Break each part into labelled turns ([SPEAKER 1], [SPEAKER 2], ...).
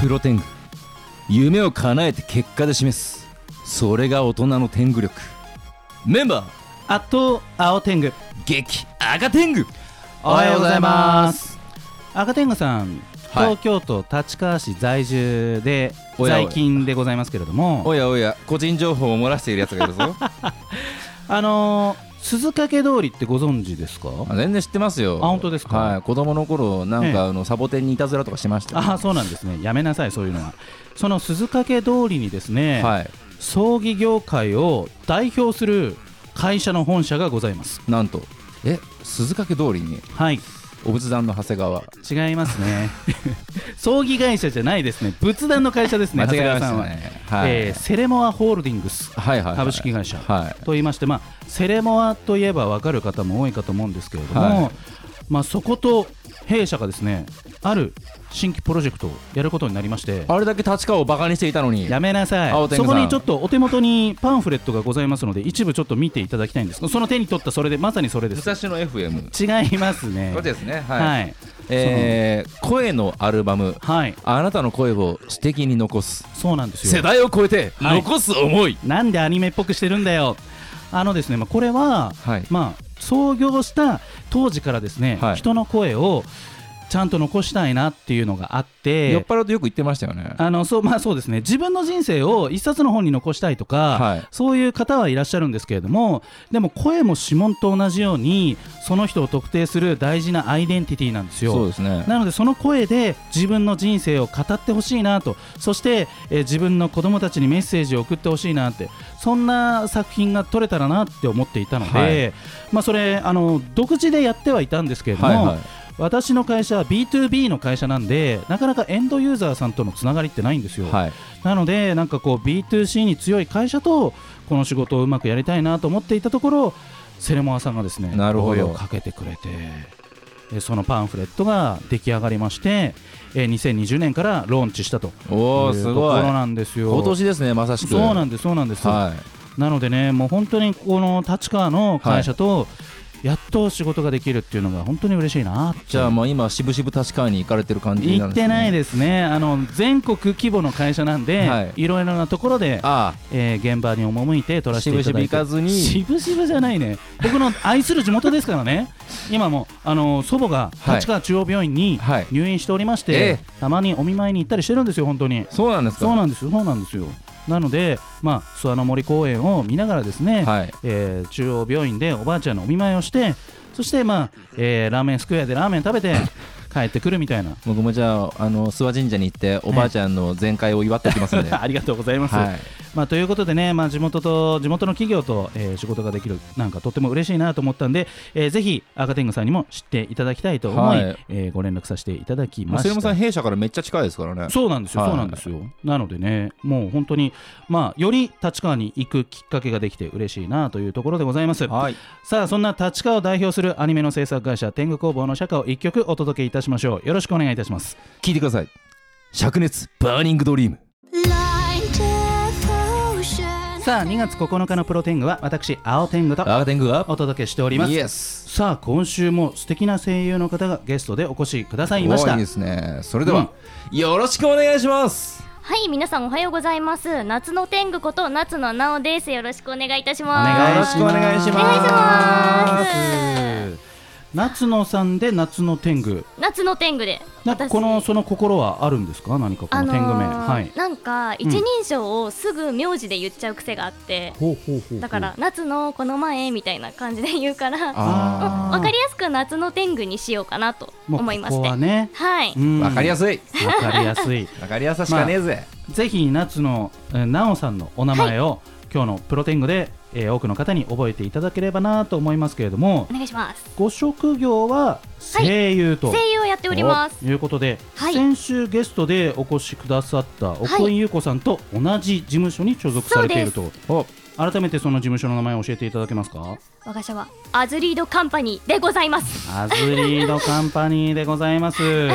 [SPEAKER 1] プロテング夢を叶えて結果で示すそれが大人の天狗力メンバー
[SPEAKER 2] あと青天狗
[SPEAKER 1] 激赤天狗
[SPEAKER 2] おはようございます赤天狗さん東京都立川市在住で
[SPEAKER 1] おやおや
[SPEAKER 2] 在勤でございますけれども
[SPEAKER 1] おやおや個人情報を漏らしているやつがいる ぞ
[SPEAKER 2] あのー鈴懸通りってご存知ですか
[SPEAKER 1] あ全然知ってますよ
[SPEAKER 2] あ本当ですか
[SPEAKER 1] はい子供の頃なんか、
[SPEAKER 2] ええ
[SPEAKER 1] あのサボテンにいたずらとかしましたよ
[SPEAKER 2] ああそうなんですねやめなさいそういうのはその鈴懸通りにですね、
[SPEAKER 1] はい
[SPEAKER 2] 葬儀業界を代表する会社の本社がございます
[SPEAKER 1] なんとえ鈴懸通りに
[SPEAKER 2] はい
[SPEAKER 1] お仏壇の長谷川
[SPEAKER 2] 違いますね 葬儀会社じゃないですね仏壇の会社 ですね長谷川さんは、
[SPEAKER 1] はい、
[SPEAKER 2] えーセレモアホールディングス
[SPEAKER 1] はいはいはい
[SPEAKER 2] 株式会社
[SPEAKER 1] はい
[SPEAKER 2] と言いまして、まあ、セレモアといえば分かる方も多いかと思うんですけれども、
[SPEAKER 1] はい
[SPEAKER 2] まあ、そこと弊社がですねある新規プロジェクトをやることになりまして
[SPEAKER 1] あれだけ立川をバカにしていたのに
[SPEAKER 2] やめなさ
[SPEAKER 1] 青
[SPEAKER 2] い
[SPEAKER 1] 天
[SPEAKER 2] そ
[SPEAKER 1] 狗さん
[SPEAKER 2] こにちょっとお手元にパンフレットがございますので一部ちょっと見ていただきたいんですその手に取ったそれでまさにそれで
[SPEAKER 1] 武蔵
[SPEAKER 2] す
[SPEAKER 1] 野 FM
[SPEAKER 2] 違いますね
[SPEAKER 1] これですねはい、
[SPEAKER 2] はい
[SPEAKER 1] えー声のアルバム
[SPEAKER 2] はい
[SPEAKER 1] あなたの声を詩的に残す
[SPEAKER 2] そうなんですよ
[SPEAKER 1] 世代を超えて
[SPEAKER 2] はい
[SPEAKER 1] 残す思い、
[SPEAKER 2] なんでアニメっぽくしてるんだよあのですね、まあ、これは、
[SPEAKER 1] はい
[SPEAKER 2] まあ、創業した当時からですね、
[SPEAKER 1] はい
[SPEAKER 2] 人の声をちゃんと残したいなっていうのがあっ
[SPEAKER 1] 酔って払うとよく言ってましたよね
[SPEAKER 2] あのそうまあ、そうですね自分の人生を一冊の本に残したいとか、
[SPEAKER 1] はい
[SPEAKER 2] そういう方はいらっしゃるんですけれどもでも声も指紋と同じようにその人を特定する大事なアイデンティティなんですよ。
[SPEAKER 1] そうですね
[SPEAKER 2] なのでその声で自分の人生を語ってほしいなとそして、えー自分の子供たちにメッセージを送ってほしいなってそんな作品が撮れたらなって思っていたので、
[SPEAKER 1] はい
[SPEAKER 2] まあ、それあの独自でやってはいたんですけれども、
[SPEAKER 1] はいはい
[SPEAKER 2] 私の会社は B2B の会社なんでなかなかエンドユーザーさんとのつながりってないんですよ。
[SPEAKER 1] はい
[SPEAKER 2] なのでなんかこう B2C に強い会社とこの仕事をうまくやりたいなと思っていたところセレモアさんがですね
[SPEAKER 1] なるほど
[SPEAKER 2] 声をかけてくれてえそのパンフレットが出来上がりましてえ2020年からローンチしたという
[SPEAKER 1] おおす
[SPEAKER 2] とこ
[SPEAKER 1] ごい
[SPEAKER 2] ろなんですよ。
[SPEAKER 1] 今年ですねまさしく
[SPEAKER 2] そうなんんですそうなんです、
[SPEAKER 1] はい
[SPEAKER 2] なのでねもう本当にこの立川の会社とやっと仕事ができるっていうのが本当に嬉しいな
[SPEAKER 1] じゃあまあ今渋々確かに行かれてる感じなん
[SPEAKER 2] 行
[SPEAKER 1] です
[SPEAKER 2] っ
[SPEAKER 1] ね
[SPEAKER 2] てない
[SPEAKER 1] で
[SPEAKER 2] ですね、あの全国規模の会社なんで、、
[SPEAKER 1] はい
[SPEAKER 2] ろいろなところで、
[SPEAKER 1] あ
[SPEAKER 2] えー現場に赴いて撮らせていただいて
[SPEAKER 1] 渋々行かずに
[SPEAKER 2] 渋々じゃないね、僕の愛する地元ですか らね、今もあの祖母が
[SPEAKER 1] はい
[SPEAKER 2] 立川中央病院に
[SPEAKER 1] はい
[SPEAKER 2] 入院しておりまして、
[SPEAKER 1] ええ
[SPEAKER 2] たまにお見舞いに行ったりしてるんですよ、本当に。
[SPEAKER 1] そうなんですか
[SPEAKER 2] そうなんですよ、そうなんですよ。なので、まあ、諏訪の森公園を見ながらですね、
[SPEAKER 1] はい
[SPEAKER 2] えー中央病院でおばあちゃんのお見舞いをして、そして、まあえーラーメンスクエアでラーメン食べて帰ってくるみた いな。
[SPEAKER 1] 僕もじゃああの諏訪神社に行っておばあちゃんの全開を祝ってきますんで、
[SPEAKER 2] ありがとうございます、
[SPEAKER 1] はい
[SPEAKER 2] まあ、ということでね、まあ、地元と地元の企業と、えー仕事ができるなんかとっても嬉しいなと思ったんで、えーぜひ赤天狗さんにも知っていただきたいと思い、
[SPEAKER 1] はい
[SPEAKER 2] えーご連絡させていただき
[SPEAKER 1] ま
[SPEAKER 2] ま
[SPEAKER 1] あ、
[SPEAKER 2] した
[SPEAKER 1] セレモさん弊社からめっちゃ近いですからね
[SPEAKER 2] そうなんですよ、
[SPEAKER 1] はい
[SPEAKER 2] そうなんですよなのでねもう本当にまあより立川に行くきっかけができて嬉しいなというところでございます、
[SPEAKER 1] はい
[SPEAKER 2] さあそんな立川を代表するアニメの制作会社天狗工房の社歌を一曲お届けいたしましょうよろしくお願いいたします
[SPEAKER 1] 聞いてください灼熱バーニングドリーム
[SPEAKER 3] Like devotion.
[SPEAKER 2] さあ2月9日のプロ天狗は私青天狗と
[SPEAKER 1] 赤天狗は
[SPEAKER 2] お届けしております
[SPEAKER 1] イエス
[SPEAKER 2] さあ今週も素敵な声優の方がゲストでお越しくださいまし
[SPEAKER 1] 多
[SPEAKER 2] た
[SPEAKER 1] いですねそれでは、よろしくお願いします
[SPEAKER 4] はい、皆さんおはようございます。夏の天狗こと夏のなおです。よろしくお願いいたし
[SPEAKER 2] お
[SPEAKER 4] ます。
[SPEAKER 2] 願いします
[SPEAKER 1] よろしくお願いしますお願いし
[SPEAKER 4] ます
[SPEAKER 2] 夏野さんで夏の天狗
[SPEAKER 4] 夏の天狗で。
[SPEAKER 2] なこのその心はあるんですか何かこ
[SPEAKER 4] あ
[SPEAKER 2] の
[SPEAKER 4] の
[SPEAKER 2] 天狗名、
[SPEAKER 4] ー
[SPEAKER 2] はい
[SPEAKER 4] なんか一人称をすぐ名字で言っちゃう癖があって、
[SPEAKER 2] ほうほうほう
[SPEAKER 4] だから夏のこの前みたいな感じで言うから、
[SPEAKER 2] あー
[SPEAKER 4] わかりやすく夏の天狗にしようかなと
[SPEAKER 2] もう
[SPEAKER 4] 思いまして。
[SPEAKER 2] ここはね
[SPEAKER 4] はい。
[SPEAKER 1] わかりや
[SPEAKER 2] す
[SPEAKER 1] すい
[SPEAKER 2] いわかりや すい
[SPEAKER 1] わかりやさしかねえぜ、
[SPEAKER 2] ぜひ夏のえーなおさんのお名前を、今日のプロ天狗で、えー多くの方に覚えていただければなと思いますけれども
[SPEAKER 4] お願いします。
[SPEAKER 2] ご職業は声優と、
[SPEAKER 4] 声優をやっております。
[SPEAKER 2] ということで、
[SPEAKER 4] はい
[SPEAKER 2] 先週ゲストでお越しくださった奥
[SPEAKER 4] は
[SPEAKER 2] 井
[SPEAKER 4] い
[SPEAKER 2] 優子さんと同じ事務所に所属されていると、
[SPEAKER 1] お
[SPEAKER 2] 改めてその事務所の名前を教えていただけますか
[SPEAKER 4] 我が社はアズリードカンパニーでございます。
[SPEAKER 2] アズリードカンパニーでござい ます
[SPEAKER 1] で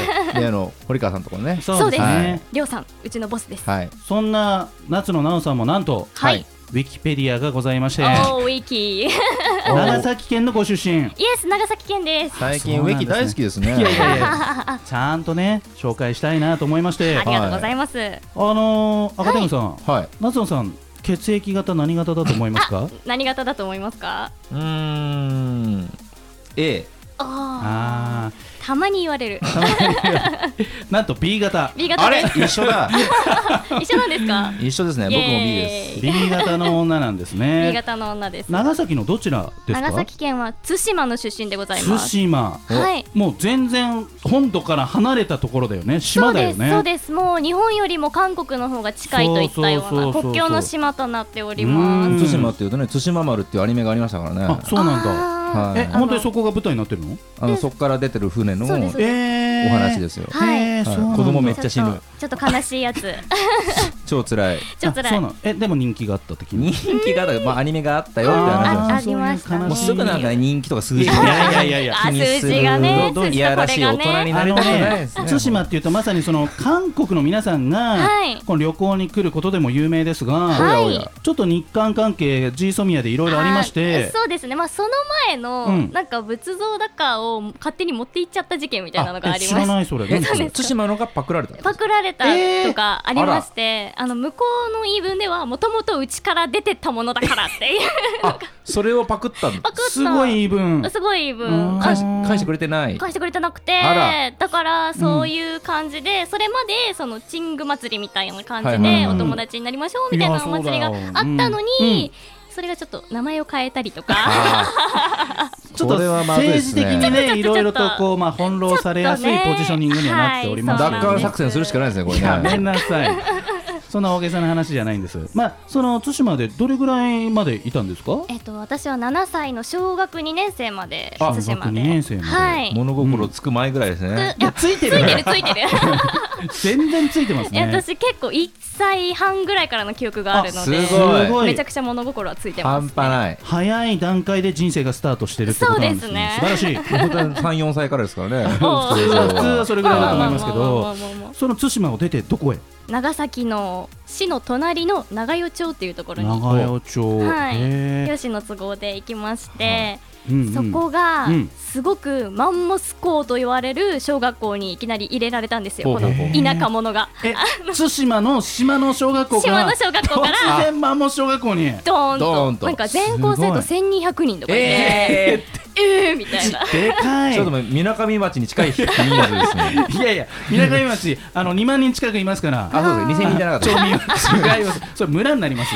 [SPEAKER 1] あの堀川さんところね
[SPEAKER 2] そうですね
[SPEAKER 4] りょうさん、うちのボスです。
[SPEAKER 1] はい
[SPEAKER 2] そんな夏野奈緒さんもなんと、
[SPEAKER 4] はい
[SPEAKER 1] はい
[SPEAKER 2] ウィキペディアがございまして
[SPEAKER 4] おー、ウィキ。 イエ
[SPEAKER 2] 長崎県のご出身
[SPEAKER 4] ス、長崎県です。
[SPEAKER 5] 最近
[SPEAKER 2] そ
[SPEAKER 5] ウ
[SPEAKER 2] う
[SPEAKER 5] ェ
[SPEAKER 2] なんですね
[SPEAKER 5] キ大好きですね
[SPEAKER 2] いやいやいやちゃんとね紹介したいなと思いまして
[SPEAKER 4] あ
[SPEAKER 2] あ
[SPEAKER 4] りがとうございます。
[SPEAKER 2] のー、赤谷さん、
[SPEAKER 5] はい
[SPEAKER 2] 夏野さん血液型何型だと思いますか
[SPEAKER 4] 何型だと思いますか
[SPEAKER 5] うーん
[SPEAKER 1] A
[SPEAKER 2] あ
[SPEAKER 4] ああ、たまに言わ れる。
[SPEAKER 2] ーたまに なんと B 型
[SPEAKER 4] B
[SPEAKER 5] あ
[SPEAKER 4] 型
[SPEAKER 5] れ
[SPEAKER 4] で
[SPEAKER 5] 一緒だ
[SPEAKER 4] す。一緒なんで すか
[SPEAKER 5] 一緒ですね僕も B
[SPEAKER 4] イエ
[SPEAKER 5] で
[SPEAKER 4] ーイ
[SPEAKER 2] B 型の女なんです
[SPEAKER 4] ?B
[SPEAKER 2] ね
[SPEAKER 4] 型の女です。
[SPEAKER 2] 長崎のどちらですか
[SPEAKER 4] 長崎県は対馬の出身でございます。
[SPEAKER 2] 対馬
[SPEAKER 4] はい。
[SPEAKER 2] もう全然本土から離れたところだよね
[SPEAKER 4] そ
[SPEAKER 2] 島
[SPEAKER 4] う
[SPEAKER 2] だ
[SPEAKER 4] で
[SPEAKER 2] よ
[SPEAKER 4] す、
[SPEAKER 2] ね
[SPEAKER 4] そうです。もう日本よりも韓国の方が近いといったよう
[SPEAKER 2] そうそうそう
[SPEAKER 4] な
[SPEAKER 2] そう
[SPEAKER 4] 国境の島となっており
[SPEAKER 2] う
[SPEAKER 4] ま
[SPEAKER 2] ん
[SPEAKER 4] す。
[SPEAKER 5] す対馬っていうとね対馬丸っていうアニメがありましたからね
[SPEAKER 2] あそうなんだ
[SPEAKER 4] だ。
[SPEAKER 5] は
[SPEAKER 2] え
[SPEAKER 5] い
[SPEAKER 2] 本当にそこが舞台になってるの
[SPEAKER 5] あのそこから出てる船の
[SPEAKER 4] そうですそう
[SPEAKER 2] えー
[SPEAKER 5] お話ですよ
[SPEAKER 4] はい
[SPEAKER 2] えー
[SPEAKER 5] はい
[SPEAKER 2] そうなんだ
[SPEAKER 1] 子供めっ
[SPEAKER 4] ち
[SPEAKER 1] ち
[SPEAKER 4] ょ
[SPEAKER 1] ゃ
[SPEAKER 4] っと
[SPEAKER 1] 死ぬ
[SPEAKER 4] ちょっと悲しい やつ。
[SPEAKER 5] 超辛い
[SPEAKER 4] ちょっと
[SPEAKER 2] あそ
[SPEAKER 4] 辛
[SPEAKER 2] う
[SPEAKER 4] い
[SPEAKER 2] な。のえでも人気があった的に
[SPEAKER 1] 人気があったまあアニメがあったよって話なん
[SPEAKER 4] あ
[SPEAKER 1] で
[SPEAKER 4] ありました
[SPEAKER 2] そういう悲しい
[SPEAKER 1] すもうすぐなんかね人気とか数
[SPEAKER 2] い
[SPEAKER 1] 字
[SPEAKER 2] や
[SPEAKER 1] とか
[SPEAKER 2] いやいやいや
[SPEAKER 4] あ、
[SPEAKER 1] 気にす
[SPEAKER 4] 数
[SPEAKER 1] る
[SPEAKER 4] 字がね、
[SPEAKER 1] どんどんいやらしい大人に
[SPEAKER 2] あ
[SPEAKER 1] なり
[SPEAKER 2] の
[SPEAKER 1] たくないで
[SPEAKER 2] ね
[SPEAKER 1] すね
[SPEAKER 2] 対馬っていうとまさにその韓国の皆さんが
[SPEAKER 4] はい
[SPEAKER 2] この旅行に来ることでも有名です
[SPEAKER 4] は
[SPEAKER 2] が
[SPEAKER 4] い
[SPEAKER 5] おやおや
[SPEAKER 2] ちょっと日韓関係 G ソミアでいろいろありまし
[SPEAKER 4] あ
[SPEAKER 2] て
[SPEAKER 4] そうですね、まあ、その前の、
[SPEAKER 2] うん
[SPEAKER 4] なんか仏像だかを勝手に持って行っちゃった事件みたいなのがあ
[SPEAKER 2] え
[SPEAKER 4] り
[SPEAKER 2] 知
[SPEAKER 4] ま
[SPEAKER 2] ら
[SPEAKER 4] し
[SPEAKER 2] ないそれ
[SPEAKER 5] 対
[SPEAKER 2] 何それ
[SPEAKER 5] 馬のがパクられたんです
[SPEAKER 4] パクられたとかありまして、あの向こうの言い分ではもともとうちから出てったものだからっていう
[SPEAKER 5] あそれをパクったんだ
[SPEAKER 4] パクっ た
[SPEAKER 2] すごい言い分
[SPEAKER 4] すごい言い
[SPEAKER 2] うん
[SPEAKER 4] 分
[SPEAKER 2] 返
[SPEAKER 5] 返
[SPEAKER 2] し
[SPEAKER 5] し
[SPEAKER 2] 返して
[SPEAKER 5] くれてない
[SPEAKER 4] 返してくれてなくて
[SPEAKER 5] あ
[SPEAKER 4] だからそういう感じで、それまでそのチング祭りみたいな感じ
[SPEAKER 5] はいはい
[SPEAKER 4] で
[SPEAKER 5] はい
[SPEAKER 4] お友達になりましょうみたい
[SPEAKER 2] いや
[SPEAKER 4] なお
[SPEAKER 2] そうだ
[SPEAKER 4] 祭りが
[SPEAKER 2] よ
[SPEAKER 4] あったのに、それがちょっと名前を変えたりとか。
[SPEAKER 2] ちょっと
[SPEAKER 5] これはまずい
[SPEAKER 2] 政
[SPEAKER 5] で
[SPEAKER 2] 治
[SPEAKER 5] す
[SPEAKER 2] 的
[SPEAKER 5] ね
[SPEAKER 2] に
[SPEAKER 4] ちょ
[SPEAKER 2] ねい
[SPEAKER 4] っとちょっと
[SPEAKER 2] ろいろとこうまあ翻弄されやすい
[SPEAKER 4] ちょっと
[SPEAKER 2] ポ
[SPEAKER 4] ね
[SPEAKER 2] ジショニングにはなっております
[SPEAKER 4] は
[SPEAKER 2] け
[SPEAKER 4] い
[SPEAKER 2] ど
[SPEAKER 5] 奪還作戦するしかないですねこれ
[SPEAKER 2] やめ
[SPEAKER 5] ね
[SPEAKER 2] なさい。そんな大げさな話じゃないんです。まあ、その対馬でどれぐらいまでいたんですか。
[SPEAKER 4] えっと、私は7歳の小学2年生まで
[SPEAKER 2] あ
[SPEAKER 4] 対馬
[SPEAKER 2] 小学
[SPEAKER 4] で
[SPEAKER 2] 二年生まで
[SPEAKER 4] はい
[SPEAKER 5] 物心つく前ぐらいですね
[SPEAKER 4] いや
[SPEAKER 2] ついて
[SPEAKER 4] つい てるついてる
[SPEAKER 2] 全然ついてます
[SPEAKER 4] いや
[SPEAKER 2] ね。
[SPEAKER 4] 私結構1歳半ぐらいからの記憶があるの
[SPEAKER 5] あ
[SPEAKER 4] です
[SPEAKER 5] ごい
[SPEAKER 4] めちゃくちゃ物心はついてま
[SPEAKER 5] 半
[SPEAKER 4] す
[SPEAKER 5] 端ない
[SPEAKER 2] 早い段階で人生がスタートしてるってことなんですね。
[SPEAKER 4] そう
[SPEAKER 2] 素晴
[SPEAKER 4] で
[SPEAKER 2] らし い。
[SPEAKER 5] 本当に34歳からですからね
[SPEAKER 4] おう
[SPEAKER 2] 普通は普通はそれぐらいだと思いますけ
[SPEAKER 4] まあ
[SPEAKER 2] ど
[SPEAKER 4] まあまあまあまあまあまあまあまあまあまあまあ
[SPEAKER 2] その対馬を出てどこへ
[SPEAKER 4] 長崎の市の隣の長与町っていうところに
[SPEAKER 2] 長与町
[SPEAKER 4] はい
[SPEAKER 2] へ
[SPEAKER 4] 吉の都合で行きまして、
[SPEAKER 2] えうんうん
[SPEAKER 4] そこが
[SPEAKER 2] うん
[SPEAKER 4] すごくマンモス校と言われる小学校にいきなり入れられたんですよ、
[SPEAKER 5] ほう
[SPEAKER 4] この
[SPEAKER 5] ほうほう
[SPEAKER 4] 田舎者が。
[SPEAKER 2] え対馬の島の小学校から
[SPEAKER 4] 島の小学校から
[SPEAKER 2] 突然マンモス小学校に
[SPEAKER 4] ドーンと
[SPEAKER 5] ドーンと
[SPEAKER 4] なんか全校生徒
[SPEAKER 2] す
[SPEAKER 4] 1200人とかいて、
[SPEAKER 5] え
[SPEAKER 4] えーみたいな。
[SPEAKER 2] でかい
[SPEAKER 5] ちょっと待って水上町に近い人数ですね
[SPEAKER 2] いやいや、みなかみ町、あの2万人近くいますから。
[SPEAKER 5] あそうです2000人じゃなか
[SPEAKER 2] 町
[SPEAKER 5] っ
[SPEAKER 2] 民は違います。それ村になり ます。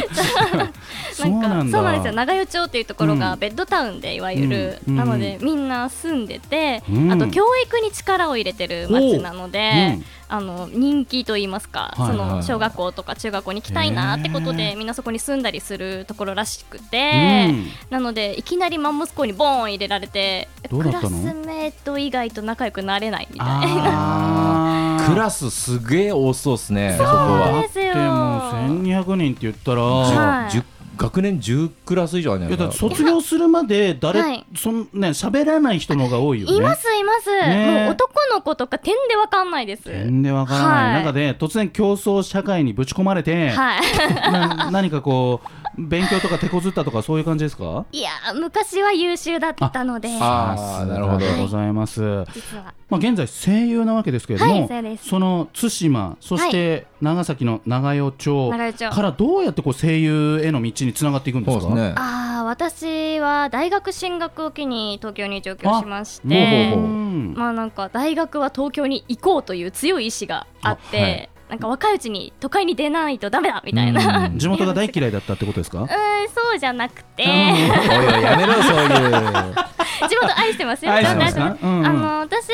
[SPEAKER 2] そうなんだ。
[SPEAKER 4] そうなんですよ長与町っていうところがベッドタウンでいわゆる、
[SPEAKER 2] うん
[SPEAKER 4] なのでみんな住んでて、
[SPEAKER 2] うん
[SPEAKER 4] あと教育に力を入れてる町なので、
[SPEAKER 2] うん
[SPEAKER 4] あの人気といいます
[SPEAKER 2] は
[SPEAKER 4] か、
[SPEAKER 2] いはいはい
[SPEAKER 4] その小学校とか中学校に行きたいなってこと
[SPEAKER 2] へ
[SPEAKER 4] で
[SPEAKER 2] ー
[SPEAKER 4] みんなそこに住んだりするところらしくて、
[SPEAKER 2] うん
[SPEAKER 4] なのでいきなりマンモス校にボーン入れられて
[SPEAKER 2] どう
[SPEAKER 4] ク
[SPEAKER 2] だっ
[SPEAKER 4] ラ
[SPEAKER 2] た
[SPEAKER 4] ス
[SPEAKER 2] の
[SPEAKER 4] メート以外と仲良くなれないみたいな。
[SPEAKER 2] あ
[SPEAKER 5] た
[SPEAKER 2] ー
[SPEAKER 5] クラスすげえ多そうですねそこ
[SPEAKER 4] そう
[SPEAKER 5] は
[SPEAKER 4] ですよ
[SPEAKER 2] だってもう1200人って言ったら。
[SPEAKER 4] はい
[SPEAKER 5] 10学年10クラス以上あるん
[SPEAKER 2] い
[SPEAKER 5] じ
[SPEAKER 2] や
[SPEAKER 5] ゃな
[SPEAKER 2] だ
[SPEAKER 5] い
[SPEAKER 2] って
[SPEAKER 5] かな
[SPEAKER 2] 卒業するまで誰、
[SPEAKER 4] はい
[SPEAKER 2] そんね喋らない人の方が多いよね。
[SPEAKER 4] いますいます、
[SPEAKER 2] ね
[SPEAKER 4] もう男の子とか点でわかんないです。
[SPEAKER 2] 全然わからない、
[SPEAKER 4] はい
[SPEAKER 2] 中で突然競争社会にぶち込まれて、
[SPEAKER 4] はい
[SPEAKER 2] な何かこう勉強とか手こずったとかそういう感じですか？
[SPEAKER 4] いやー昔は優秀だったので
[SPEAKER 5] あーなるほど
[SPEAKER 2] ありがとうございます。
[SPEAKER 4] 実は
[SPEAKER 2] まあ、現在声優なわけですけれども、
[SPEAKER 4] はいそうです
[SPEAKER 2] の対馬そして長崎の長与町
[SPEAKER 4] 長与町
[SPEAKER 2] からどうやってこう声優への道につながっていくんで
[SPEAKER 5] そ
[SPEAKER 2] す
[SPEAKER 5] う
[SPEAKER 2] か
[SPEAKER 5] ですね
[SPEAKER 4] ああ私は大学進学を機に東京に上京しまし
[SPEAKER 5] あ
[SPEAKER 4] て
[SPEAKER 5] ほうほうほう
[SPEAKER 2] うん
[SPEAKER 4] まあなんか大学は東京に行こうという強い意志があって
[SPEAKER 5] あはい
[SPEAKER 4] なんか若いうちに都会に出ないとダメだみたいな、
[SPEAKER 5] う
[SPEAKER 4] う、
[SPEAKER 5] んん
[SPEAKER 2] 地元が大嫌いだったってことですか
[SPEAKER 4] そうじゃなくて、
[SPEAKER 5] おい おいやめろそういう
[SPEAKER 4] 地元愛してますよ
[SPEAKER 2] 愛
[SPEAKER 5] してます
[SPEAKER 2] か
[SPEAKER 4] 愛してます
[SPEAKER 2] うんうん
[SPEAKER 4] あの私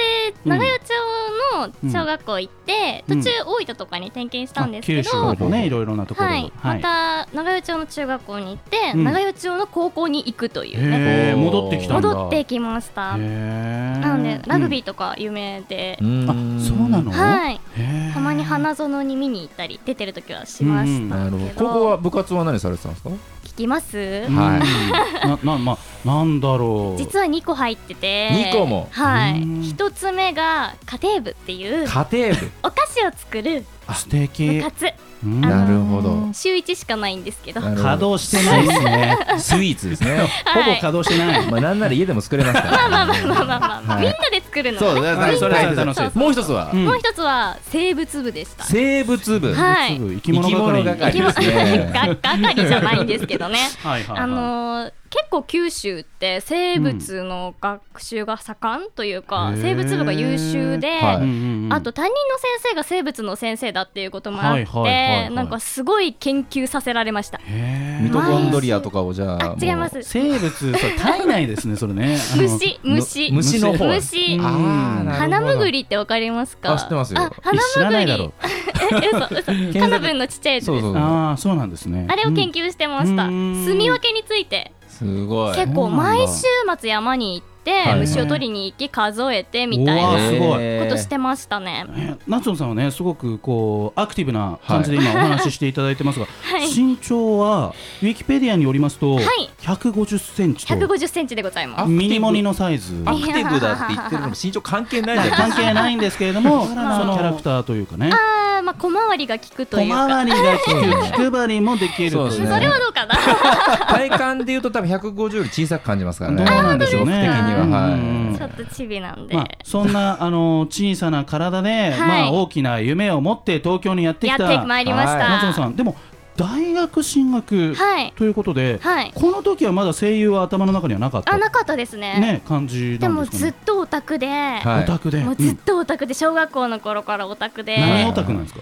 [SPEAKER 2] うん
[SPEAKER 4] 長与町の小学校行って、
[SPEAKER 2] うん
[SPEAKER 4] 途中大分とかに転勤したんですけ
[SPEAKER 2] 九州
[SPEAKER 4] ど、
[SPEAKER 2] とねいろいろなところを
[SPEAKER 4] はい、また長与町の中学校に行って、
[SPEAKER 2] うん
[SPEAKER 4] 長与町の高校に行くというね
[SPEAKER 2] へ
[SPEAKER 5] お
[SPEAKER 2] ー
[SPEAKER 5] ー
[SPEAKER 2] 戻ってきたんだ
[SPEAKER 4] 戻ってきました
[SPEAKER 2] へー
[SPEAKER 4] なのでラグビーとか有名で、
[SPEAKER 5] うん
[SPEAKER 2] あそうなの
[SPEAKER 4] はい
[SPEAKER 2] へー
[SPEAKER 4] たまに花園に見に行ったり出てる時はしました
[SPEAKER 5] なる
[SPEAKER 4] けど、
[SPEAKER 5] ほど高校は部活は何されてたんですか
[SPEAKER 4] 聞きます
[SPEAKER 2] うん
[SPEAKER 5] はい
[SPEAKER 2] ななまあなんだろう
[SPEAKER 4] 実は2個入ってて
[SPEAKER 5] 二個も
[SPEAKER 4] はい
[SPEAKER 2] うん
[SPEAKER 4] 1つ目が家庭部っていう
[SPEAKER 5] 家庭部
[SPEAKER 4] お菓子を作る
[SPEAKER 2] 素敵
[SPEAKER 4] 部、活
[SPEAKER 2] うん
[SPEAKER 5] なるほど
[SPEAKER 4] あのー週1しかないんですけど
[SPEAKER 5] なるほど
[SPEAKER 2] 稼働してないですね
[SPEAKER 5] スイーツですね
[SPEAKER 2] ほぼ稼働してない、
[SPEAKER 5] まあなんなら家でも作れますから
[SPEAKER 4] まあまあまあまあまあ、まあ
[SPEAKER 5] はい
[SPEAKER 4] みんなで作るの
[SPEAKER 5] そう
[SPEAKER 4] ね
[SPEAKER 5] だ
[SPEAKER 2] は
[SPEAKER 5] だ
[SPEAKER 2] いそれは楽しいです
[SPEAKER 5] もう一つは
[SPEAKER 2] うん
[SPEAKER 4] もう一つは生物部でした
[SPEAKER 5] 生物部
[SPEAKER 4] はい
[SPEAKER 2] すぐ生き物係
[SPEAKER 5] 生き物係
[SPEAKER 4] 生き
[SPEAKER 5] で
[SPEAKER 4] 物
[SPEAKER 5] すね
[SPEAKER 4] が係じゃないんですけどね
[SPEAKER 2] はいはいはい、
[SPEAKER 4] あのー結構九州って生物の学習が盛んというか、
[SPEAKER 2] うん
[SPEAKER 4] 生物部が優秀で、
[SPEAKER 5] へーはい
[SPEAKER 2] うんうんうん
[SPEAKER 4] あと担任の先生が生物の先生だっていうこともあっ
[SPEAKER 2] はい
[SPEAKER 4] て、
[SPEAKER 2] はいはいはい
[SPEAKER 4] なんかすごい研究させられました
[SPEAKER 2] へ ー
[SPEAKER 5] ミトコンドリアとかをじゃあ
[SPEAKER 4] あ違います
[SPEAKER 2] 生物それ体内ですねそれねあの
[SPEAKER 4] 虫虫
[SPEAKER 5] 虫の方
[SPEAKER 4] 虫
[SPEAKER 2] うん
[SPEAKER 5] あーなるほど
[SPEAKER 4] 花むぐりってわかりますか
[SPEAKER 5] あ知ってますよ
[SPEAKER 4] あ花
[SPEAKER 2] 知ら
[SPEAKER 4] む
[SPEAKER 2] な
[SPEAKER 4] ぐ
[SPEAKER 2] いだ
[SPEAKER 4] り
[SPEAKER 2] ろ
[SPEAKER 4] え嘘嘘花分のちっちゃいやつ
[SPEAKER 5] そうそうそう
[SPEAKER 2] ああそうなんですね
[SPEAKER 4] あれを研
[SPEAKER 2] 究
[SPEAKER 4] 究してました、
[SPEAKER 2] うん
[SPEAKER 4] 住み分けについて
[SPEAKER 5] すごい
[SPEAKER 4] 結構毎週末山に行って
[SPEAKER 5] はい
[SPEAKER 4] 虫を取りに行き数えてみたい
[SPEAKER 2] 構うわ
[SPEAKER 4] な
[SPEAKER 2] ーすごい
[SPEAKER 5] えー
[SPEAKER 4] ことしてましたね、
[SPEAKER 2] 夏野さんはねすごくこうアクティブな感じで今お話ししていただいてますが、
[SPEAKER 4] はい
[SPEAKER 2] 身長はウィキペディアによりますと、
[SPEAKER 4] い
[SPEAKER 2] 150センチと
[SPEAKER 4] 150センチでございます
[SPEAKER 2] ミニモニのサイズ
[SPEAKER 5] アクティブだって言ってるのも身長関係ないじゃない
[SPEAKER 2] 関係ないんですけれど もそ
[SPEAKER 4] ら
[SPEAKER 2] のキャラクターというかね
[SPEAKER 4] あーまあ小回りが効くという
[SPEAKER 2] 小
[SPEAKER 4] か
[SPEAKER 2] 回りが利く気配りもできる
[SPEAKER 5] そうですね
[SPEAKER 4] それはどうかな
[SPEAKER 5] 体感で言うと多分150より小さく感じますから
[SPEAKER 2] ど
[SPEAKER 5] ね
[SPEAKER 2] うなんでしょうね
[SPEAKER 5] 僕的にははい
[SPEAKER 2] うん
[SPEAKER 4] ちょっとチビなんで、
[SPEAKER 2] まあ、そんなあの小さな体で、
[SPEAKER 4] はい
[SPEAKER 2] まあ、大きな夢を持って東京にやってき
[SPEAKER 4] や
[SPEAKER 2] た
[SPEAKER 4] ってまいりました
[SPEAKER 2] 夏野さんでも大学進学
[SPEAKER 4] はい
[SPEAKER 2] ということで、
[SPEAKER 4] はい
[SPEAKER 2] この時はまだ声優は頭の中にはなかった
[SPEAKER 4] あなかったですね
[SPEAKER 2] ね感じ
[SPEAKER 4] で
[SPEAKER 2] なん
[SPEAKER 4] も
[SPEAKER 2] ですか
[SPEAKER 4] ずっ
[SPEAKER 2] ね
[SPEAKER 4] とオタクで、
[SPEAKER 5] はい
[SPEAKER 2] オタクで、
[SPEAKER 4] もうずっとオタクで小学校の頃からオタクで、
[SPEAKER 2] うん何オタクなんですか、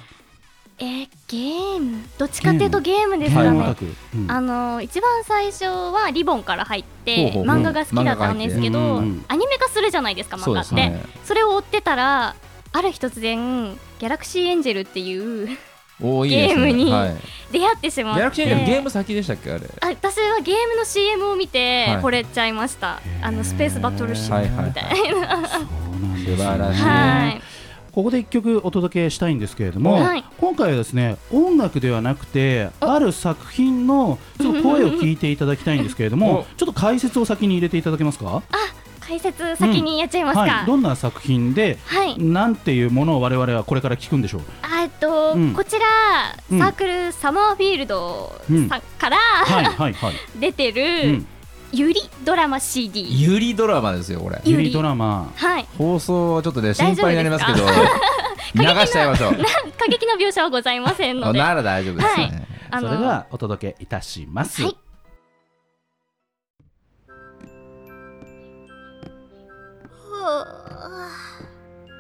[SPEAKER 4] えーゲームどっちかっていうとゲームですか
[SPEAKER 5] は
[SPEAKER 4] ね、
[SPEAKER 5] い
[SPEAKER 2] 何オタク、うん
[SPEAKER 4] あのー一番最初はリボンから入って
[SPEAKER 5] ほうほうほう
[SPEAKER 4] 漫画が好きだったんですけ
[SPEAKER 2] 漫画
[SPEAKER 4] ど、
[SPEAKER 2] が入って
[SPEAKER 4] アニメ化するじゃないですか漫画って
[SPEAKER 5] そ
[SPEAKER 4] そ,、
[SPEAKER 5] うですね
[SPEAKER 4] れを追ってたらある日突然ギャラクシーエンジェルっていう
[SPEAKER 5] 多いですね
[SPEAKER 4] ゲームに
[SPEAKER 5] はい
[SPEAKER 4] 出会ってしまっ
[SPEAKER 5] ギ
[SPEAKER 4] て
[SPEAKER 5] ャラクシーエンジェルゲーム先でしたっけあれ
[SPEAKER 4] あ私はゲームの CM を見て
[SPEAKER 5] はい
[SPEAKER 4] 惚れちゃいました、あのスペースバトルシ
[SPEAKER 5] は
[SPEAKER 4] ッ
[SPEAKER 5] い
[SPEAKER 4] プ
[SPEAKER 5] はい
[SPEAKER 4] みたいな、
[SPEAKER 2] そうなんです
[SPEAKER 5] 素晴らしい
[SPEAKER 4] はい、
[SPEAKER 2] ここで一曲お届けしたいんですけれども、
[SPEAKER 4] はい
[SPEAKER 2] 今回はですね音楽ではなくてある作品のちょっと声を聞いていただきたいんですけれど もちょっと解説を先に入れていただけますか
[SPEAKER 4] 解説先にやっちゃいますか、
[SPEAKER 2] はい、どんな作品で、
[SPEAKER 4] はい
[SPEAKER 2] なんていうものを我々はこれから聞くんでしょう
[SPEAKER 4] あえっと、
[SPEAKER 2] うん
[SPEAKER 4] こちら
[SPEAKER 2] うん
[SPEAKER 4] サークルサマーフィールドさんから、
[SPEAKER 2] はいはいはい、
[SPEAKER 4] 出て
[SPEAKER 2] う
[SPEAKER 4] る
[SPEAKER 2] ん、
[SPEAKER 4] ゆりドラマ CD
[SPEAKER 5] ゆりドラマですよこれ
[SPEAKER 4] ゆり
[SPEAKER 2] ユリドラマ
[SPEAKER 4] はい
[SPEAKER 5] 放送はちょっとね心配になりますけど流しちゃいましょう
[SPEAKER 4] 過激な描写はございませんの
[SPEAKER 5] あ
[SPEAKER 4] で
[SPEAKER 5] なら大丈夫ですね
[SPEAKER 4] あ
[SPEAKER 2] そ
[SPEAKER 4] の
[SPEAKER 2] れではお届けいたします、
[SPEAKER 4] はい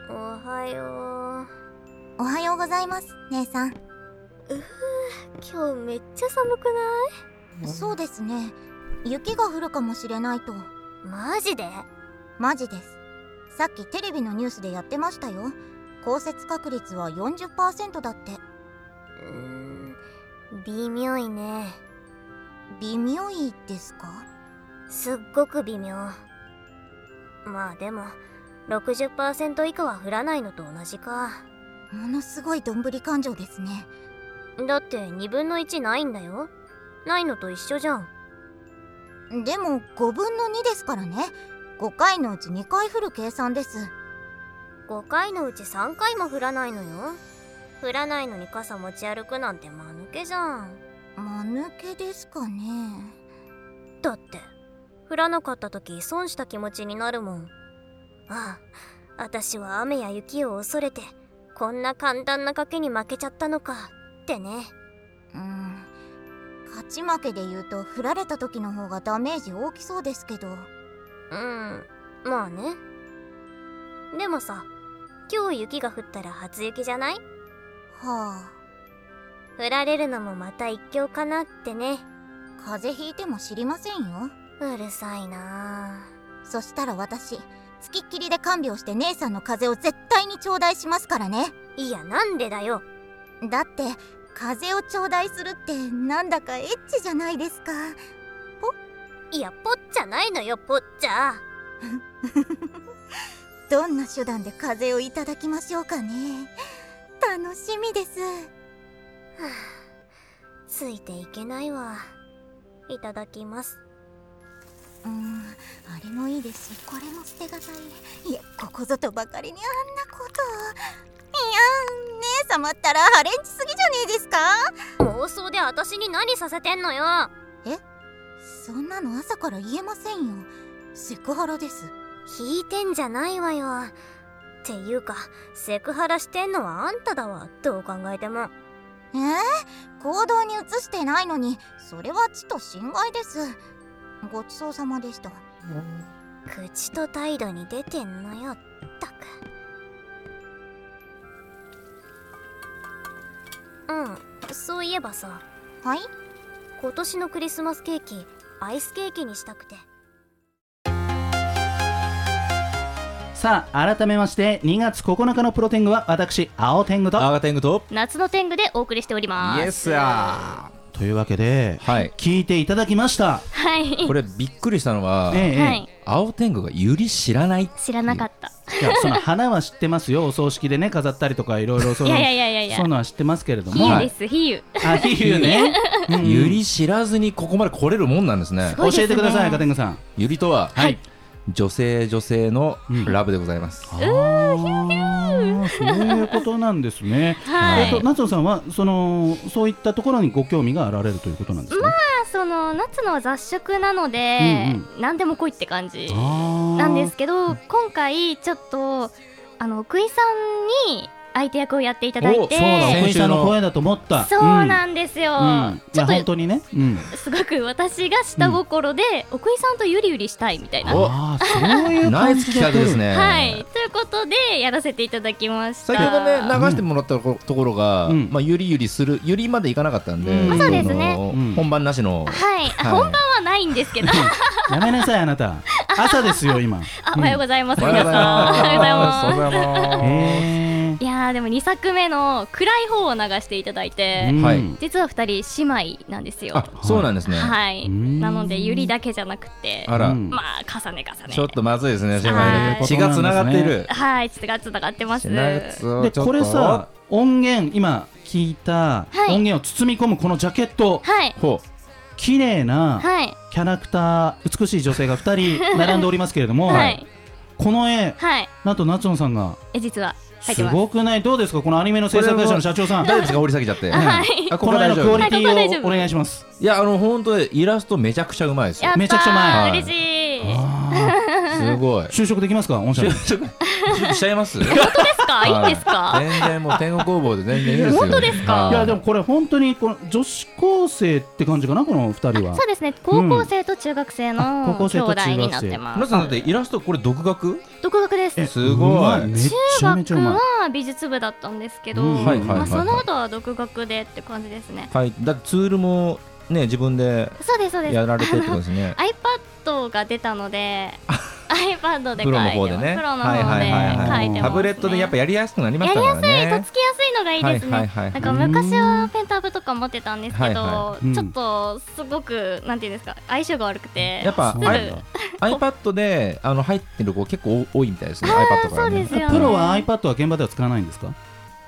[SPEAKER 6] おはよう。おはようございます、姉さん。
[SPEAKER 7] 今日めっちゃ寒くな
[SPEAKER 6] そうですね。雪が降るかもしれないと。マジでマジです。さっきテレビのニュースでやってましたよ。降雪確率は40%だって。
[SPEAKER 7] いうーん微妙いね
[SPEAKER 6] 微妙いですか
[SPEAKER 7] すっごく微妙まあでも60%以下は降らないのと同じか
[SPEAKER 6] ものすごいどんぶり感情ですね。
[SPEAKER 7] だって2分の1ないんだよないのと一緒じゃん
[SPEAKER 6] でも5分の2ですからね。5回のうち2回降る計算です。
[SPEAKER 7] 5回のうち3回も降らないのよ降らないのに傘持ち歩くなんて間抜けじゃん
[SPEAKER 6] 間抜けですかね。
[SPEAKER 7] だって降らなかった時損した気持ちになるもんああ私は雨や雪を恐れてこんな簡単な賭けに負けちゃったのかってね
[SPEAKER 6] うん勝ち負けで言うと振られた時の方がダメージ大きそうですけど
[SPEAKER 7] うんまあねでもさ今日雪が降ったら初雪じゃない
[SPEAKER 6] はあ
[SPEAKER 7] 降られるのもまた一興かなってね
[SPEAKER 6] 風邪ひいても知りませんよ
[SPEAKER 7] うるさいな
[SPEAKER 6] そしたら私つきっきりで看病して姉さんの風邪を絶対に頂戴しますからね
[SPEAKER 7] あいやなんでだよ
[SPEAKER 6] だって風邪を頂戴するってなんだかエッチじゃないですか
[SPEAKER 7] いやぽっちゃないのよぽっちゃ
[SPEAKER 6] どんな手段で風邪をいただきましょうかね楽しみです
[SPEAKER 7] ついていけないわいただきます
[SPEAKER 6] うんあれもいいですしこれも捨てがたいいやここぞとばかりにあんなこといや姉さハマったらハレンチすぎじゃねえですか
[SPEAKER 7] 妄想で私に何させてんのよ
[SPEAKER 6] そんなの朝から言えませんよセクハラです
[SPEAKER 7] 引いてんじゃないわよっていうかセクハラしてんのはあんただわどう考えても
[SPEAKER 6] えー、行動に移してないのにそれはちと侵害ですごちそうさまでした
[SPEAKER 7] 口と態度に出てんのよったくうんそういえばさ
[SPEAKER 6] はい
[SPEAKER 7] 今年のクリスマスケーキアイスケーキにしたくて
[SPEAKER 2] さあ改めまして2月9日のプロテングは私青天狗と
[SPEAKER 1] アガテングと
[SPEAKER 4] 夏の天狗でお送りしております。
[SPEAKER 5] イエスや
[SPEAKER 2] というわけで
[SPEAKER 1] はい
[SPEAKER 2] 聞いていただきました、
[SPEAKER 4] はい。
[SPEAKER 1] これびっくりしたのは、
[SPEAKER 2] ええええ
[SPEAKER 4] はい。
[SPEAKER 1] 青天狗がユリ知らない
[SPEAKER 4] 知らなかった。
[SPEAKER 2] いやその花は知ってますよお葬式でね飾ったりとかいろいろそ
[SPEAKER 4] い
[SPEAKER 2] の
[SPEAKER 4] やいやいやいやいや
[SPEAKER 2] そういうのは知ってますけれど
[SPEAKER 4] 比
[SPEAKER 2] も
[SPEAKER 4] 喩です、比喩。
[SPEAKER 2] あ比喩ね うん
[SPEAKER 1] ユリ知らずにここまで来れるもんなんですね
[SPEAKER 4] すごいです
[SPEAKER 2] 教
[SPEAKER 4] ね
[SPEAKER 2] えてくださいカテングさん
[SPEAKER 1] ユリとは、
[SPEAKER 2] はい
[SPEAKER 1] 女性女性の
[SPEAKER 2] うん
[SPEAKER 1] ラブでございます、
[SPEAKER 2] あーそういうことなんですね
[SPEAKER 4] はい
[SPEAKER 2] えっと夏野さんはそのそういったところにご興味があられるということなんですか、
[SPEAKER 4] その夏の雑食なので、
[SPEAKER 2] うん
[SPEAKER 4] 何でも来いって感じ
[SPEAKER 2] あー
[SPEAKER 4] なんですけど、今回ちょっとあの奥井さんに相手役をやっていただい
[SPEAKER 1] お
[SPEAKER 4] て
[SPEAKER 1] そうなの
[SPEAKER 2] 奥井さんの声だと思った
[SPEAKER 4] そうなんですよ、
[SPEAKER 2] うんうんい
[SPEAKER 4] ちょ
[SPEAKER 2] や
[SPEAKER 4] っ
[SPEAKER 2] 本
[SPEAKER 4] と
[SPEAKER 2] 当にね、うん、
[SPEAKER 4] すごく私が下心で、奥井さんとゆりゆりしたいみたいな
[SPEAKER 1] お
[SPEAKER 2] ああそういう
[SPEAKER 1] ナイ
[SPEAKER 2] 感
[SPEAKER 1] ス
[SPEAKER 2] じ
[SPEAKER 1] 企画ですね、
[SPEAKER 4] はいということでやらせていただけました
[SPEAKER 1] 先ほどね流してもらったところが、
[SPEAKER 2] うん
[SPEAKER 1] まあ、ゆりゆりするゆりまでいかなかったんで、
[SPEAKER 2] うんあ
[SPEAKER 4] そうですね
[SPEAKER 1] あの
[SPEAKER 2] うん
[SPEAKER 1] 本番なしの、
[SPEAKER 4] はい、あ
[SPEAKER 1] はい
[SPEAKER 4] 本番はないんですけど
[SPEAKER 2] やめなさいあなた朝ですよ今
[SPEAKER 4] あおはようございます、
[SPEAKER 1] おはよ
[SPEAKER 4] 皆
[SPEAKER 1] うご
[SPEAKER 4] さん
[SPEAKER 1] ざいます
[SPEAKER 4] おはようご
[SPEAKER 5] お
[SPEAKER 4] ざいます
[SPEAKER 5] はようございます
[SPEAKER 2] へえ
[SPEAKER 4] いやーでも2作目の暗い方を流していただいて、
[SPEAKER 2] うん
[SPEAKER 1] はい
[SPEAKER 4] 実は2人姉妹なんですよ
[SPEAKER 1] あそうなんですね、
[SPEAKER 4] はい
[SPEAKER 2] うん
[SPEAKER 4] なのでゆりだけじゃなくて
[SPEAKER 1] あら、
[SPEAKER 2] うん
[SPEAKER 4] まあ重ね重ね
[SPEAKER 1] ちょっとまずいですね姉妹
[SPEAKER 4] はい
[SPEAKER 1] で血がつながっている
[SPEAKER 4] はい血がつながってますは
[SPEAKER 2] でこれさ音源今聞いた
[SPEAKER 4] い
[SPEAKER 2] 音源を包み込むこのジャケット、
[SPEAKER 4] い
[SPEAKER 1] ほ
[SPEAKER 2] 綺麗な
[SPEAKER 4] はい
[SPEAKER 2] キャラクター美しい女性が2人 並んでおりますけれども、
[SPEAKER 4] はい
[SPEAKER 2] この絵
[SPEAKER 4] はい
[SPEAKER 2] なんと夏野さんが
[SPEAKER 4] え実は入って
[SPEAKER 2] す
[SPEAKER 4] ます
[SPEAKER 2] ごくないどうですかこのアニメの制作会社の社長さ
[SPEAKER 1] うん大丈夫ですか掘り下げちゃって、
[SPEAKER 4] はい
[SPEAKER 1] あこ
[SPEAKER 2] こ
[SPEAKER 1] こ
[SPEAKER 2] の絵
[SPEAKER 1] 大
[SPEAKER 2] のク
[SPEAKER 1] 丈
[SPEAKER 2] オ
[SPEAKER 1] 夫
[SPEAKER 2] リテ
[SPEAKER 4] ここ大丈
[SPEAKER 2] ィを
[SPEAKER 4] 夫
[SPEAKER 2] お願いします
[SPEAKER 1] いやあの本当にイラストめちゃくちゃうまいです
[SPEAKER 4] やったー
[SPEAKER 2] めちゃくちゃ前
[SPEAKER 1] はい
[SPEAKER 4] 嬉しい本
[SPEAKER 2] あ
[SPEAKER 1] すごい
[SPEAKER 2] ー就職できますか御社
[SPEAKER 1] 就
[SPEAKER 2] に
[SPEAKER 1] 職就職しちゃいます
[SPEAKER 4] 当ですかいいんです
[SPEAKER 1] は
[SPEAKER 4] か
[SPEAKER 1] い全然もう天狗工房で全然いいですよ
[SPEAKER 4] 本当ですか
[SPEAKER 1] はい
[SPEAKER 2] やでもこれ本当にこの女子高生って感じかなこの2人は
[SPEAKER 4] そうですね高校生と中学生
[SPEAKER 2] あ
[SPEAKER 4] の
[SPEAKER 2] 高校
[SPEAKER 4] 兄
[SPEAKER 2] 生と中学
[SPEAKER 4] 弟
[SPEAKER 2] 生
[SPEAKER 4] になってま
[SPEAKER 1] 皆
[SPEAKER 4] す
[SPEAKER 1] さんだってイラストこれ独学
[SPEAKER 4] 独学です
[SPEAKER 2] え
[SPEAKER 1] すごいう
[SPEAKER 2] まめちゃ
[SPEAKER 4] 中
[SPEAKER 2] めち
[SPEAKER 4] 学
[SPEAKER 2] ゃうまい
[SPEAKER 4] は美術部だったんですけど、
[SPEAKER 2] うんはいはいはい
[SPEAKER 4] ま
[SPEAKER 1] は
[SPEAKER 4] あ、
[SPEAKER 1] い
[SPEAKER 4] その後は独学でって感じですね。
[SPEAKER 1] はいだってツールもね自分で
[SPEAKER 4] そうですそうです。
[SPEAKER 1] やられてってこと
[SPEAKER 4] あの
[SPEAKER 1] ですね
[SPEAKER 4] iPad が出たので、iPad で書いて
[SPEAKER 1] プロの
[SPEAKER 4] ます。
[SPEAKER 1] 方でね
[SPEAKER 4] プロの
[SPEAKER 1] はい
[SPEAKER 4] 方
[SPEAKER 1] はいはい
[SPEAKER 4] で
[SPEAKER 1] は
[SPEAKER 4] 書
[SPEAKER 1] い
[SPEAKER 4] いてます、ね。
[SPEAKER 1] タブレットでやっぱ
[SPEAKER 4] や
[SPEAKER 1] やりやすくなりましたからね
[SPEAKER 4] りやすいとつきやすいのがいいですね。
[SPEAKER 1] はいはいはい
[SPEAKER 4] なんか昔はペンタブとか持ってたんですけど、
[SPEAKER 1] は
[SPEAKER 2] うん
[SPEAKER 4] ちょっとすごくなんていうんですか相性が悪くて、
[SPEAKER 1] やっぱ
[SPEAKER 4] す
[SPEAKER 2] そう
[SPEAKER 4] ぐ
[SPEAKER 2] な
[SPEAKER 1] あ
[SPEAKER 2] んだ
[SPEAKER 1] iPad であの入ってる子結構多いみたいですね
[SPEAKER 4] あー
[SPEAKER 1] iPad から
[SPEAKER 4] そうで
[SPEAKER 1] ね
[SPEAKER 4] すよね
[SPEAKER 2] プロは iPad は現場では使わないんですか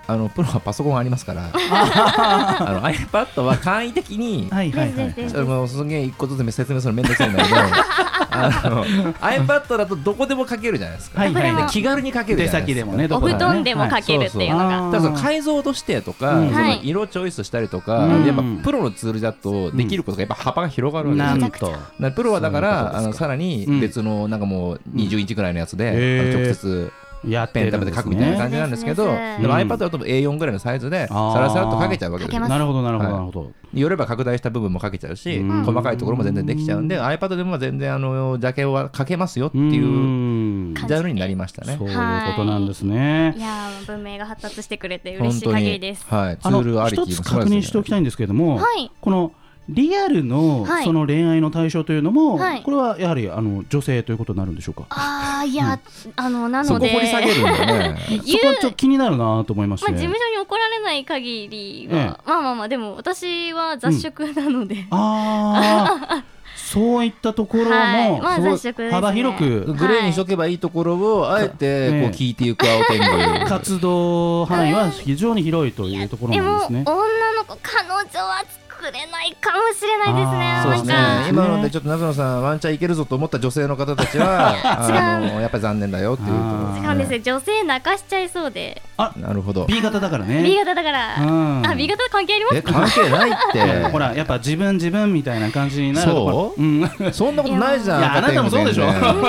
[SPEAKER 1] あのプロはパソコンありますから あの iPad は簡易的に
[SPEAKER 2] はいはいは
[SPEAKER 4] です
[SPEAKER 2] い
[SPEAKER 4] です
[SPEAKER 1] ちょっともうすげえ一個ずつ説明するのめんどくさいんだけど あの iPad だとどこでも書けるじゃないですか、
[SPEAKER 2] はいはい
[SPEAKER 4] これ
[SPEAKER 1] で
[SPEAKER 4] は
[SPEAKER 1] 気軽に書けるじゃない
[SPEAKER 2] 出先
[SPEAKER 1] で
[SPEAKER 2] ですも
[SPEAKER 1] か
[SPEAKER 2] ねど
[SPEAKER 4] お
[SPEAKER 2] こ
[SPEAKER 4] 布
[SPEAKER 2] だ
[SPEAKER 4] 団でも
[SPEAKER 2] か
[SPEAKER 4] 書けるっていうの
[SPEAKER 1] た
[SPEAKER 4] が、
[SPEAKER 1] だその解像度してとか、
[SPEAKER 2] うん
[SPEAKER 1] そ
[SPEAKER 4] は
[SPEAKER 1] の
[SPEAKER 4] い
[SPEAKER 1] 色チョイスしたりとか、
[SPEAKER 2] うん
[SPEAKER 1] やっぱプロのツールだとできることがやっぱ幅が広がるわけですよ、
[SPEAKER 2] なんと
[SPEAKER 1] なプロはだから
[SPEAKER 2] そういうこと
[SPEAKER 1] あ
[SPEAKER 2] で
[SPEAKER 1] の
[SPEAKER 2] すか
[SPEAKER 1] さらに別のなんかもう20インチぐらいのやつで、
[SPEAKER 2] うんへー
[SPEAKER 1] あの直接
[SPEAKER 2] やって
[SPEAKER 1] ペン
[SPEAKER 2] る
[SPEAKER 1] タ
[SPEAKER 2] ん
[SPEAKER 1] ブ
[SPEAKER 2] で
[SPEAKER 1] です書くみたいな
[SPEAKER 2] ね
[SPEAKER 1] 感じなんですけど
[SPEAKER 4] う
[SPEAKER 1] で
[SPEAKER 4] ん
[SPEAKER 1] も iPad だと A4 ぐらいのサイズでさ
[SPEAKER 2] あー
[SPEAKER 1] らさらっと書けちゃうわけですよ
[SPEAKER 2] なるほどなるほどなるほど、
[SPEAKER 1] よれば拡大した部分も書けちゃうし
[SPEAKER 2] うん
[SPEAKER 1] 細かいところも全然できちゃうんで iPad でも全然あのジャケは書けますよって
[SPEAKER 2] う
[SPEAKER 1] いう
[SPEAKER 2] ーん
[SPEAKER 1] ジャンルになりましたね
[SPEAKER 2] そういうことなんですね
[SPEAKER 4] い。やー文明が発達してくれて嬉
[SPEAKER 1] 本
[SPEAKER 4] しい
[SPEAKER 1] 当
[SPEAKER 4] 限り
[SPEAKER 1] に
[SPEAKER 4] です。
[SPEAKER 1] はいツ
[SPEAKER 2] あ
[SPEAKER 1] ール
[SPEAKER 2] の
[SPEAKER 1] あり
[SPEAKER 2] 一
[SPEAKER 1] き
[SPEAKER 2] つ確認しておきたいんですけれども、
[SPEAKER 4] はい
[SPEAKER 2] このリアルの
[SPEAKER 4] はい
[SPEAKER 2] その恋愛の対象というのも、
[SPEAKER 4] はい
[SPEAKER 2] これはやはりあの女性ということになるんでしょうか。
[SPEAKER 4] ああいや、あのな
[SPEAKER 1] そ
[SPEAKER 4] の
[SPEAKER 1] こ掘
[SPEAKER 4] で
[SPEAKER 1] り下げるんだよね
[SPEAKER 2] そこはちょっと気になるなと思いまし
[SPEAKER 4] まあ、
[SPEAKER 2] て、
[SPEAKER 4] 事務所に怒られない限りは、まあまあまあでも私は雑食なので、
[SPEAKER 2] ああそういったところも、
[SPEAKER 4] はいまあ
[SPEAKER 2] すごい
[SPEAKER 4] 雑食ですね
[SPEAKER 2] 幅広く
[SPEAKER 1] グレーにしとけばいいところをあえて
[SPEAKER 2] はい
[SPEAKER 1] こう聞いていく青天狗
[SPEAKER 2] 活動範囲は非常に広いというところ
[SPEAKER 4] で
[SPEAKER 2] なん
[SPEAKER 4] も
[SPEAKER 2] ですね。
[SPEAKER 4] 女の子彼女は作作れないかもしれないですね
[SPEAKER 2] あー
[SPEAKER 1] そうです
[SPEAKER 4] な
[SPEAKER 1] ね
[SPEAKER 4] んか
[SPEAKER 1] 今のでちょっと中野さんワンチャンいけるぞと思った女性の方たちはあのやっぱり残念だよっていうところ
[SPEAKER 2] 違
[SPEAKER 4] 違うんですよ女性泣かしちゃいそうで
[SPEAKER 1] なるほど
[SPEAKER 2] B 型だからね
[SPEAKER 4] B 型だから、
[SPEAKER 2] うん
[SPEAKER 4] あ B 型関係ありま
[SPEAKER 1] え
[SPEAKER 4] す
[SPEAKER 1] 関係ない っ
[SPEAKER 2] ほらやっぱ自分自分みたいな感じになるところ
[SPEAKER 1] そう
[SPEAKER 2] うん、い
[SPEAKER 1] てそんなことないじゃん
[SPEAKER 2] やあなたもそうでしょ
[SPEAKER 1] 全 然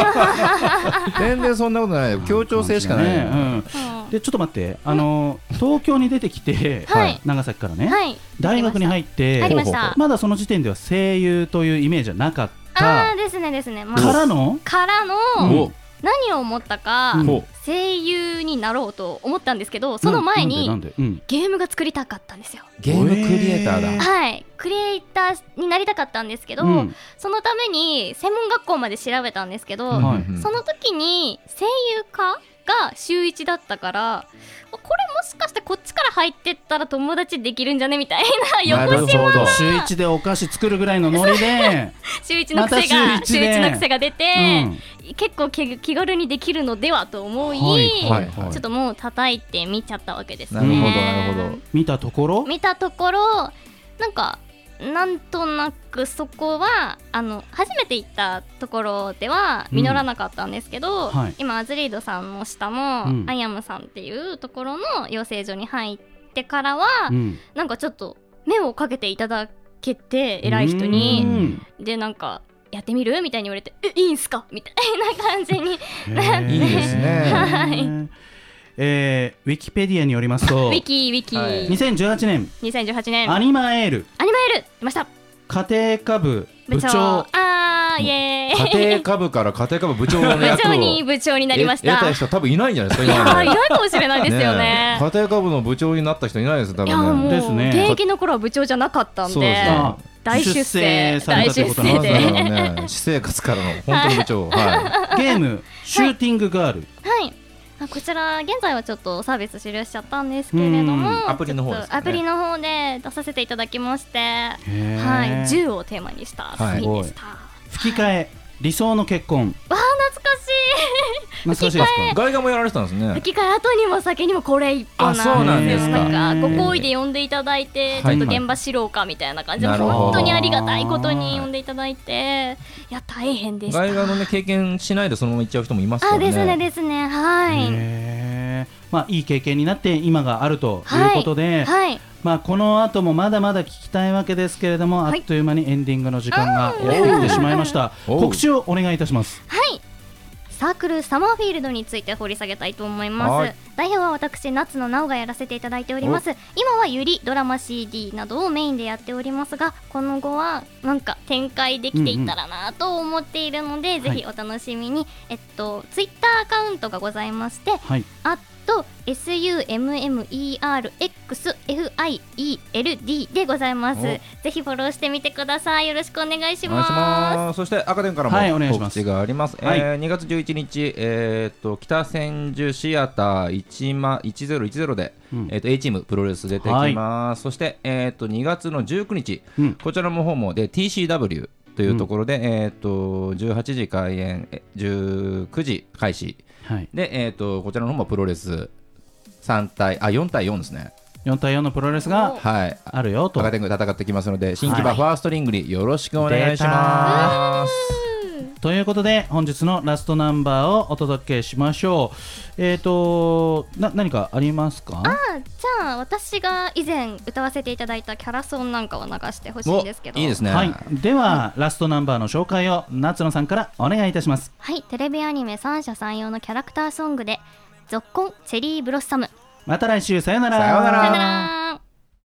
[SPEAKER 1] 全然そんなことないよ協調性しかないよ
[SPEAKER 2] ねうん、でちょっと待ってあの東京に出てきて、
[SPEAKER 4] はい
[SPEAKER 2] 長崎からね、
[SPEAKER 4] はい
[SPEAKER 2] 大学に入
[SPEAKER 4] っ
[SPEAKER 2] って
[SPEAKER 4] ありまし
[SPEAKER 1] ほうほ
[SPEAKER 4] た
[SPEAKER 2] まだその時点では声優というイメージはなかっ
[SPEAKER 4] ああ
[SPEAKER 2] た
[SPEAKER 4] ーですねですね、まあ、
[SPEAKER 2] からの
[SPEAKER 4] からの、
[SPEAKER 2] お
[SPEAKER 4] 何を思ったか、
[SPEAKER 2] うん
[SPEAKER 1] ほ
[SPEAKER 4] 声優になろうと思ったんですけどその前に
[SPEAKER 2] なんでなんで
[SPEAKER 4] ゲームが作りたかったんですよ
[SPEAKER 1] ゲームクリエイターだ
[SPEAKER 2] え
[SPEAKER 4] はいクリエイターになりたかったんですけど、
[SPEAKER 2] うんうん
[SPEAKER 4] そのために専門学校まで調べたんですけど、
[SPEAKER 1] うん
[SPEAKER 2] はい
[SPEAKER 1] うん
[SPEAKER 4] その時に声優科が週1だったからこれもしかしてこっちから入ってったら友達できるんじゃねみたいな
[SPEAKER 1] な
[SPEAKER 4] 横
[SPEAKER 1] るほ
[SPEAKER 4] 島
[SPEAKER 1] ど
[SPEAKER 2] 週一でお菓子作るぐらいのノリで、
[SPEAKER 4] 週1
[SPEAKER 2] ま
[SPEAKER 4] の癖が
[SPEAKER 2] た週
[SPEAKER 4] 週
[SPEAKER 2] 一で
[SPEAKER 4] 1の癖が出
[SPEAKER 2] う
[SPEAKER 4] て、
[SPEAKER 2] ん、
[SPEAKER 4] 結構気気軽にできるのではと思い、
[SPEAKER 1] はいはい
[SPEAKER 4] ちょっともう叩いて見ちゃったわけですね。
[SPEAKER 1] なるほどなるほど
[SPEAKER 2] 見たところ
[SPEAKER 4] 見たところなんかなんとなくそこはあの初めて行ったところでは
[SPEAKER 2] うん
[SPEAKER 4] 実らなかったんですけど、
[SPEAKER 2] はい
[SPEAKER 4] 今アズリードさんの下の、
[SPEAKER 2] うん
[SPEAKER 4] アイアムさんっていうところの養成所に入ってからは、
[SPEAKER 2] うん
[SPEAKER 4] なんかちょっと目をかけていただけて偉い人に
[SPEAKER 2] うん
[SPEAKER 4] でなんかやってみるみたいに言われてえいいんすかみたいな感じ に
[SPEAKER 2] へ ー
[SPEAKER 1] いいですね
[SPEAKER 4] はい
[SPEAKER 2] えーウィキペディアによりますと
[SPEAKER 4] ウィキウィキ、
[SPEAKER 1] はい
[SPEAKER 2] 2018年
[SPEAKER 4] 2018年
[SPEAKER 2] アニマエール
[SPEAKER 4] アニマエールいました
[SPEAKER 2] 家庭科部部長
[SPEAKER 4] あーイエーイ
[SPEAKER 1] 家庭科部から家庭科部部長の
[SPEAKER 4] 部
[SPEAKER 1] 役を
[SPEAKER 4] 長に部長になりまし
[SPEAKER 1] え得
[SPEAKER 4] た。
[SPEAKER 1] た
[SPEAKER 4] い
[SPEAKER 1] 人多分いないんじゃないですか
[SPEAKER 4] や
[SPEAKER 1] 今ま
[SPEAKER 4] ーい
[SPEAKER 1] で
[SPEAKER 4] ないかもしれないですよね
[SPEAKER 1] え。家庭科部の部長になった人いないですよ多
[SPEAKER 4] いやー
[SPEAKER 1] 分
[SPEAKER 4] も
[SPEAKER 1] ね
[SPEAKER 4] う
[SPEAKER 2] ですね
[SPEAKER 4] 現役の頃は部長じゃなかったん
[SPEAKER 1] そうで
[SPEAKER 4] です
[SPEAKER 1] ね
[SPEAKER 2] あ
[SPEAKER 4] 大出世
[SPEAKER 2] された
[SPEAKER 4] 大
[SPEAKER 2] って
[SPEAKER 4] 出
[SPEAKER 2] こと
[SPEAKER 1] ま
[SPEAKER 2] な
[SPEAKER 4] 世
[SPEAKER 1] ず
[SPEAKER 2] んです
[SPEAKER 4] で。
[SPEAKER 1] ね私生活からの本当の部 長はい
[SPEAKER 2] ゲームシューティングガール、
[SPEAKER 4] はい。あこちら現在はちょっとサービス終了しちゃったんですけれど
[SPEAKER 2] う
[SPEAKER 4] も、
[SPEAKER 1] アプリの方ですね
[SPEAKER 4] ちょっとアプリの方で出させていただきまして、
[SPEAKER 2] へー
[SPEAKER 4] はい、銃をテーマにした作品でした。
[SPEAKER 2] 吹き替え理想の結婚
[SPEAKER 4] わあ懐かし
[SPEAKER 2] 懐かしいですか
[SPEAKER 1] 外画もやられてたんです
[SPEAKER 4] い。
[SPEAKER 1] ね
[SPEAKER 4] 吹き替え後にも先にもこれ一本
[SPEAKER 1] あそう
[SPEAKER 4] な
[SPEAKER 1] なんん
[SPEAKER 4] で
[SPEAKER 1] ですす
[SPEAKER 4] よ。
[SPEAKER 1] か
[SPEAKER 4] なんかご好意で呼んでいただいて、ち
[SPEAKER 1] は
[SPEAKER 4] ょ
[SPEAKER 1] い
[SPEAKER 4] っと現場知ろうかみたいな感じで
[SPEAKER 1] なるほど
[SPEAKER 4] 本当にありがたいことに呼んでいただいて、いや大変でした。
[SPEAKER 1] 外画のね経験しないでそのまま行っちゃう人もいますから
[SPEAKER 4] あ
[SPEAKER 1] ね
[SPEAKER 4] ですねですねはい
[SPEAKER 2] へーまあいい経験になって今があるということで、
[SPEAKER 4] はい
[SPEAKER 2] まあこの後もまだまだ聞きたいわけですけれども、
[SPEAKER 4] はい
[SPEAKER 2] あっという間にエンディングの時間がやってきてしまいました
[SPEAKER 1] おう
[SPEAKER 2] 告知をお願いいたします
[SPEAKER 4] サークルサマーフィールドについて掘り下げたいと思いま
[SPEAKER 1] は
[SPEAKER 4] す
[SPEAKER 1] い
[SPEAKER 4] 代表は私夏野直がやらせていただいております今はゆりドラマ CD などをメインでやっておりますがこの後はなんか展開できていったらなと思っているので、ぜひお楽しみに、えっとツイッターアカウントがございまして
[SPEAKER 2] はい
[SPEAKER 4] あと SUMMERXFIELD でございます
[SPEAKER 1] お
[SPEAKER 4] ぜひフォローしてみてくださいよろしくお願いし
[SPEAKER 1] お願いし
[SPEAKER 4] ます
[SPEAKER 1] ますそして赤点から
[SPEAKER 2] はいお願い
[SPEAKER 1] も
[SPEAKER 2] しま
[SPEAKER 1] 告
[SPEAKER 2] す
[SPEAKER 1] 知があります、
[SPEAKER 2] はい
[SPEAKER 1] えー2月11日、えーっと北千住シアター1ま1010で、
[SPEAKER 2] うん
[SPEAKER 1] えーっと A チームプロレス出てきます、そして、えーっと2月の19日、
[SPEAKER 2] うん
[SPEAKER 1] こちらの方もで TCW というところで、えーっと18時開演え19時開始
[SPEAKER 2] はい
[SPEAKER 1] で、えーっとこちらの方もプロレス3対あ4対4ですね
[SPEAKER 2] 4対4のプロレスが
[SPEAKER 1] はい
[SPEAKER 2] あるよと
[SPEAKER 1] 赤点が戦ってきますので新規
[SPEAKER 2] は
[SPEAKER 1] バ
[SPEAKER 2] い
[SPEAKER 1] ファーストリングによろしくお願いします、
[SPEAKER 2] ということで本日のラストナンバーをお届けしましょうえっ、ー、とな何かありますか
[SPEAKER 4] あじゃあ私が以前歌わせていただいたキャラソンなんかを流してほしいんですけど
[SPEAKER 1] いいですね。
[SPEAKER 2] はい、では、ラストナンバーの紹介を夏野さんからお願いいたします。
[SPEAKER 4] はいテレビアニメ三者三様のキャラクターソングで「ぞっこんチェリーブロッサム」
[SPEAKER 2] また来週さようなら。
[SPEAKER 1] さようなら
[SPEAKER 4] さよなら